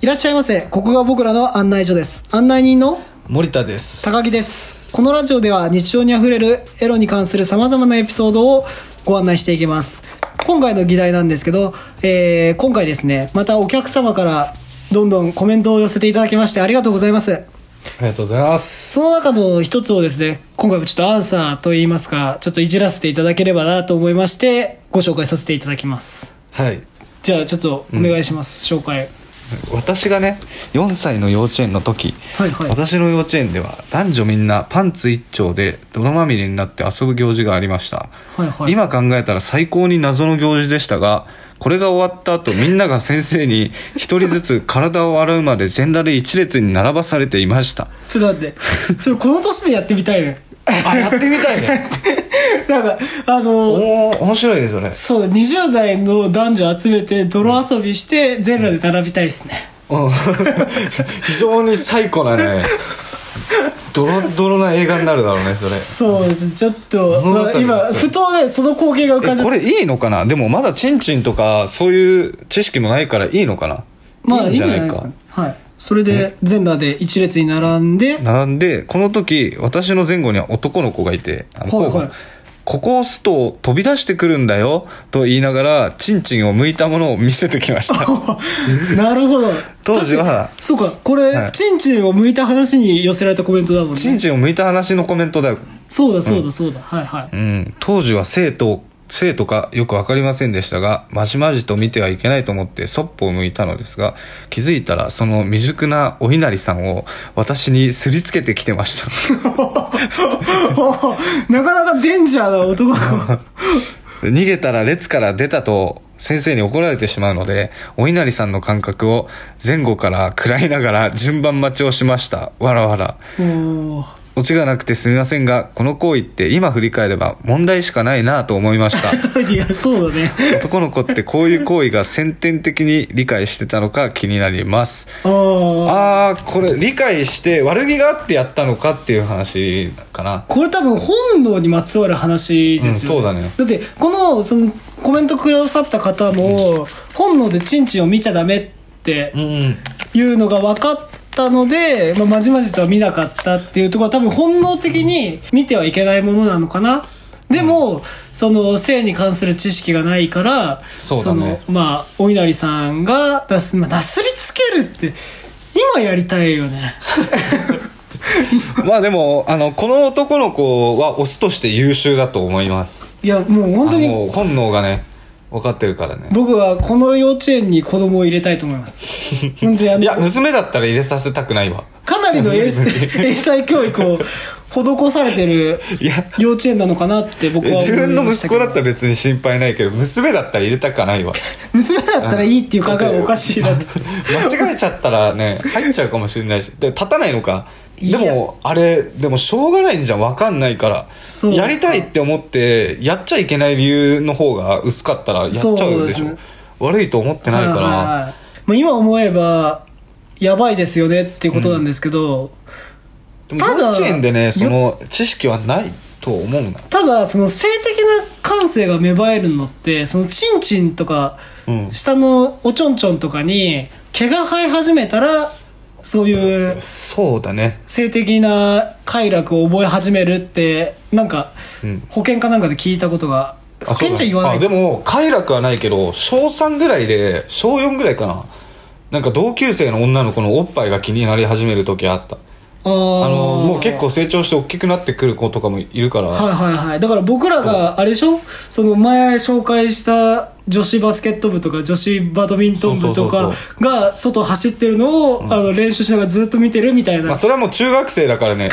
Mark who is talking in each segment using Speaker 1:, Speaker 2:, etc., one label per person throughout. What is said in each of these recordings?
Speaker 1: いらっしゃいませ。ここが僕らの案内所です。案内人の
Speaker 2: 森田です
Speaker 1: 高木です。このラジオでは日常にあふれるエロに関する様々なエピソードをご案内していきます。今回の議題なんですけど、えー今回ですね、またお客様からどんどんコメントを寄せていただきましてありがとうございます。
Speaker 2: ありがとうございます
Speaker 1: その中の一つをですね、今回もちょっとアンサーといいますか、ちょっといじらせていただければなと思いまして、ご紹介させていただきます。
Speaker 2: はい
Speaker 1: じゃあちょっとお願いします、紹介。
Speaker 2: 私がね4歳の幼稚園の時、
Speaker 1: はいはい
Speaker 2: 私の幼稚園では男女みんなパンツ一丁で泥まみれになって遊ぶ行事がありました、
Speaker 1: はいはい。
Speaker 2: 今考えたら最高に謎の行事でしたがこれが終わった後みんなが先生に一人ずつ体を洗うまで全裸で一列に並ばされていました
Speaker 1: ちょっと待って、それこの年でやってみたいね。
Speaker 2: あやってみたいね
Speaker 1: なんか、あのー、
Speaker 2: おお面白いですよね
Speaker 1: そうだ、20代の男女集めて泥遊びして全裸で並びたいですね。
Speaker 2: うん非常に最古なねドロドロな映画になるだろうねそれ
Speaker 1: そうですね、ちょっと、
Speaker 2: 物語
Speaker 1: まあ、今、
Speaker 2: です
Speaker 1: ふとね、その光景が浮かん
Speaker 2: え
Speaker 1: じゃ
Speaker 2: こ
Speaker 1: っ
Speaker 2: れいいのかなでもまだチンチンとかそういう知識もないからいいのかな
Speaker 1: まあ、いいんじゃないですか。はい。それで、全裸で一列に並ん で、
Speaker 2: 並んでこの時私の前後には男の子がいてあの
Speaker 1: はいはい
Speaker 2: こうここを押すと飛び出してくるんだよと言いながらチンチンを剥いたものを見せてきま した
Speaker 1: なるほど。
Speaker 2: 当時は
Speaker 1: 確かにそうか、これ、
Speaker 2: はい
Speaker 1: チンチンを向いた話に寄せられたコメントだもん
Speaker 2: チン
Speaker 1: ね。
Speaker 2: チンを剥いた話のコメントだよ
Speaker 1: そうだ、そうだ、そうだ。はい はい。
Speaker 2: うん、当時は生徒、生徒かよくわかりませんでしたが、まじまじと見てはいけないと思ってそっぽを向いたのですが、気づいたらその未熟なお稲荷さんを私にすりつけてきてました。
Speaker 1: なかなかデンジャーな男の 子。
Speaker 2: 逃げたら列から出たと先生に怒られてしまうので、お稲荷さんの感覚を前後から食らいながら順番待ちをしました。わらわら。
Speaker 1: おー
Speaker 2: オチがなくてすみませんが、この行為って今振り返れば問題しかないなぁと思いました。
Speaker 1: いや、そうだね。
Speaker 2: 男の子ってこういう行為が先天的に理解してたのか気になります
Speaker 1: ああ。
Speaker 2: あーこれ理解して悪気があってやったのかっていう話かな
Speaker 1: これ多分本能にまつわる話ですよ、
Speaker 2: うんそうだね
Speaker 1: って、この、その、コメントくださった方も、本能でチンチンを見ちゃダメって
Speaker 2: うん
Speaker 1: いうのが分かったので、まあ、まじまじとは見なかったっていうところは多分本能的に見てはいけないものなのかな。でも、その、性に関する知識がないから、
Speaker 2: そうだね
Speaker 1: の、まあ、お稲荷さんが、なす、まあなすりつけるって、今やりたいよ ね。
Speaker 2: まあでもあのこの男の子はオスとして優秀だと思います
Speaker 1: いや、もう本当
Speaker 2: あ
Speaker 1: に、
Speaker 2: の本能がね分かってるからね
Speaker 1: 僕はこの幼稚園に子供を入れたいと思い ます。本当にあ
Speaker 2: いや
Speaker 1: の、
Speaker 2: 娘だったら入れさせたくないわ
Speaker 1: かなりの英 才英才教育を施されてる
Speaker 2: いや
Speaker 1: 幼稚園なのかなって僕は思いました
Speaker 2: 自
Speaker 1: けど
Speaker 2: 分の息子だったら別に心配ないけど娘だったら入れたくないわ
Speaker 1: 娘だったらいいっていう考えはおかしいな と。
Speaker 2: 間違えちゃったらね入っちゃうかもしれないしで立たないのかで
Speaker 1: いや
Speaker 2: もあれでもしょうがないんじゃん分かんないから
Speaker 1: そう
Speaker 2: やりたいって思ってやっちゃいけない理由の方が薄かったらやっちゃ
Speaker 1: そう
Speaker 2: う
Speaker 1: で
Speaker 2: ですし
Speaker 1: ね
Speaker 2: ょ悪いと思ってないから、
Speaker 1: はいはいはいまあ今思えば、やばいですよねっていうことなんですけど、
Speaker 2: でも
Speaker 1: ただ
Speaker 2: 幼稚園でねその知識はないと思うな
Speaker 1: ただ、その性的な感性が芽生えるのって、そのチンチンとか、
Speaker 2: うん
Speaker 1: 下のおちょんちょんとかに毛が生え始めたら、そういう
Speaker 2: そうだね
Speaker 1: 性的な快楽を覚え始めるってなんか
Speaker 2: うん
Speaker 1: 保険かなんかで聞いたことが保
Speaker 2: あそう
Speaker 1: 険
Speaker 2: だ
Speaker 1: じゃ言わない
Speaker 2: あでも快楽はないけど小3ぐらいで小4ぐらいかななんか同級生の女の子のおっぱいが気になり始める時あった
Speaker 1: あ
Speaker 2: あの
Speaker 1: ー
Speaker 2: もう結構成長して大きくなってくる子とかもいるから、
Speaker 1: はいはいはいだから僕らがあれでしょその前紹介した女子バスケット部とか女子バドミントン部と
Speaker 2: そうそ
Speaker 1: か
Speaker 2: うそ
Speaker 1: が外走ってるのを、あの練習しながらずっと見てるみたい
Speaker 2: ま
Speaker 1: な
Speaker 2: あ、それはもう中学生だからね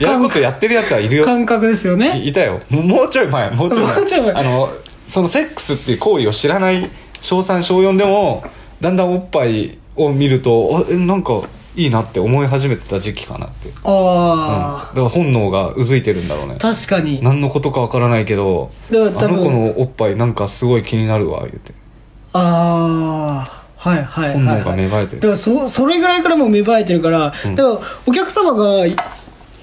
Speaker 2: やることやってるやつはいるよ
Speaker 1: 感覚ですよね
Speaker 2: いいたよもうもうちょい前もうちょい前
Speaker 1: もうちょい前
Speaker 2: あのそのセックスっていう行為を知らない小3小4でもだんだんおっぱいを見るとあえなんかいいなって思い始めてた時期かなって、うん、だ
Speaker 1: ああ、
Speaker 2: から本能がうずいてるんだろうね
Speaker 1: 確かに
Speaker 2: 何のことかわからないけど
Speaker 1: だから多
Speaker 2: あ
Speaker 1: 分
Speaker 2: の子のおっぱいなんかすごい気になるわ言って
Speaker 1: ああはいはいはい、はい、
Speaker 2: 本能が芽生えてる
Speaker 1: だからそそれぐらいからもう芽生えてるから、だからお客様が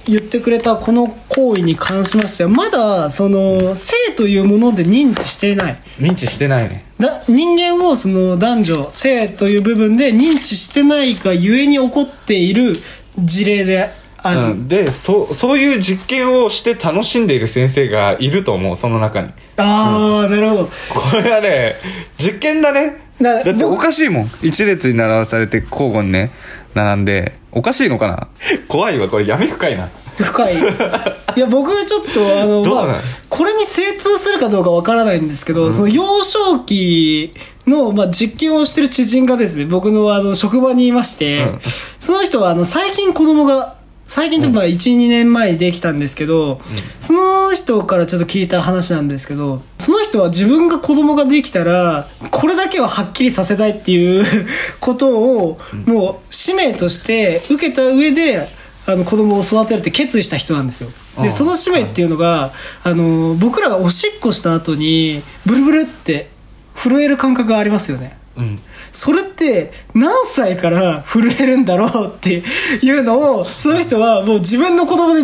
Speaker 1: 言ってくれたこの行為に関しましてはまだその性というもので認知していない
Speaker 2: 認知してないね
Speaker 1: だ人間をその男女性という部分で認知してないがゆえに起こっている事例である、
Speaker 2: うん、でそそういう実験をして楽しんでいる先生がいると思うその中に
Speaker 1: ああ、なるほど
Speaker 2: これはね実験だね
Speaker 1: な
Speaker 2: だって
Speaker 1: 僕
Speaker 2: おかしいもん一列に並ばされて交互にね並んでおかしいのかな怖いわこれ闇深いな
Speaker 1: 深いです いや僕はちょっとあの、
Speaker 2: どうなの
Speaker 1: まあ、これに精通するかどうかわからないんですけど、その幼少期の、まあ、実験をしてる知人がですね僕のあの職場にいまして、
Speaker 2: うん
Speaker 1: その人はあの最近子供が最近というか12、2年前にできたんですけど、その人からちょっと聞いた話なんですけどその人は自分が子供ができたらこれだけははっきりさせたいっていう ことをもう使命として受けた上であの子供を育てるって決意した人なんですよ。
Speaker 2: う
Speaker 1: で
Speaker 2: ん
Speaker 1: その使命っていうのが、あの僕らがおしっこした後にブルブルって震える感覚がありますよね。
Speaker 2: うん
Speaker 1: それって何歳から震えるんだろうっていうのをその人はもう自分の子供で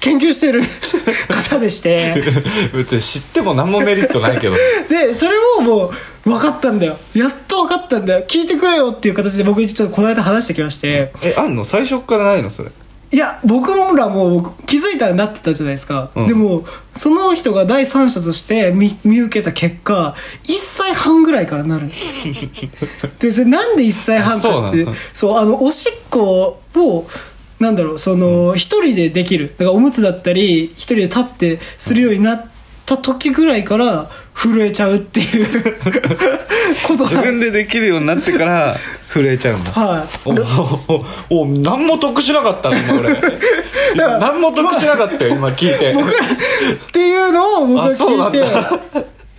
Speaker 1: 研究してる方でして
Speaker 2: 別に知っても何もメリットないけど
Speaker 1: でそれをもう分かったんだよやっと分かったんだよ聞いてくれよっていう形で僕ちょっとこの間話してきまして
Speaker 2: えあんの最初っからないのそれ
Speaker 1: いや僕らもう気づいたらなってたじゃないですか、
Speaker 2: うん
Speaker 1: でもその人が第三者として見見受けた結果1歳半ぐらいからな るでそれなんで1歳半かって
Speaker 2: そうなの
Speaker 1: そうあのおしっこをなんだろうその一、人でできるだからおむつだったり一人で立ってするようになった時ぐらいから震えちゃうっていう こと
Speaker 2: 自
Speaker 1: が
Speaker 2: 分でできるようになってから震えちゃうんだ
Speaker 1: はい
Speaker 2: おおおお何も得しなかったの今俺いや何も得しなかったよ今聞いて
Speaker 1: っていうのを僕は
Speaker 2: あそうな
Speaker 1: 聞い
Speaker 2: ん
Speaker 1: て、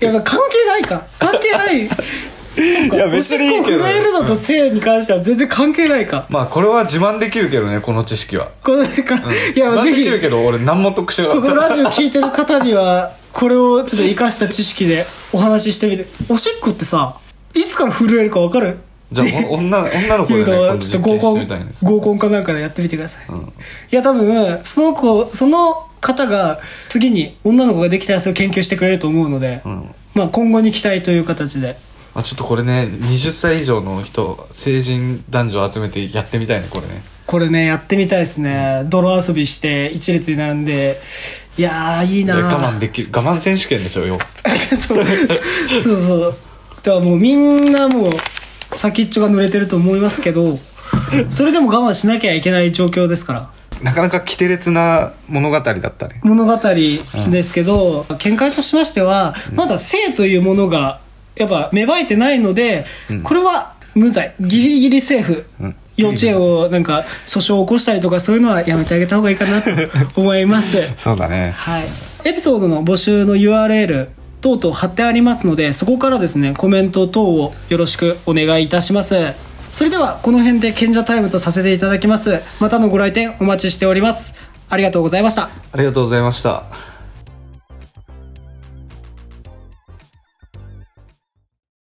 Speaker 2: だ
Speaker 1: いや、関係ないか。関係 ない。
Speaker 2: いや別にいいけ
Speaker 1: おしっこ
Speaker 2: ど
Speaker 1: を震えるのと性に関しては全然関係ないか。
Speaker 2: まあこれは自慢できるけどねこの知識は
Speaker 1: このか、い
Speaker 2: 自
Speaker 1: や、
Speaker 2: 慢
Speaker 1: ぜ
Speaker 2: で
Speaker 1: ひ
Speaker 2: き、るけど俺何も得しなか
Speaker 1: こ
Speaker 2: っ
Speaker 1: の
Speaker 2: た
Speaker 1: ラジオ聞いてる方には、これをちょっと活かした知識でお話ししてみて。おしっこってさ、いつから震えるかわかる
Speaker 2: じゃあお女女の
Speaker 1: い
Speaker 2: 子で、ね、
Speaker 1: うの
Speaker 2: 今
Speaker 1: は
Speaker 2: 度
Speaker 1: ちょ
Speaker 2: 実
Speaker 1: っと合
Speaker 2: 験し
Speaker 1: コ
Speaker 2: て
Speaker 1: ン
Speaker 2: みたいんです
Speaker 1: 合コンかなんかでやってみてください、
Speaker 2: ん
Speaker 1: いや多分その子その方が次に女の子ができたらそれを研究してくれると思うので、
Speaker 2: ん
Speaker 1: まあ今後に期待という形で
Speaker 2: あちょっとこれね20歳以上の人成人男女集めてやってみたいねこれね
Speaker 1: これねやってみたいですね、泥遊びして一列に並んでいやーいい
Speaker 2: で
Speaker 1: な
Speaker 2: 我慢できる我慢選手権でしょよ
Speaker 1: そうそうそうだからもうみんなもう先っちょが濡れてると思いますけどそれでも我慢しなきゃいけない状況ですから
Speaker 2: なかなか奇て烈な物語だったね
Speaker 1: 物語ですけど、見解としましては、まだ性というものがやっぱ芽生えてないので、これは無罪ギリギリセーフ、
Speaker 2: うん
Speaker 1: 幼稚園をなんか訴訟を起こしたりとかそういうのはやめてあげた方がいいか なと思います。
Speaker 2: そうだね
Speaker 1: はい、エピソードの募集の URL 等々貼ってありますのでそこからですねコメント等をよろしくお願いいたしますそれではこの辺で賢者タイムとさせていただきますまたのご来店お待ちしておりますありがとうございました
Speaker 2: ありがとうございました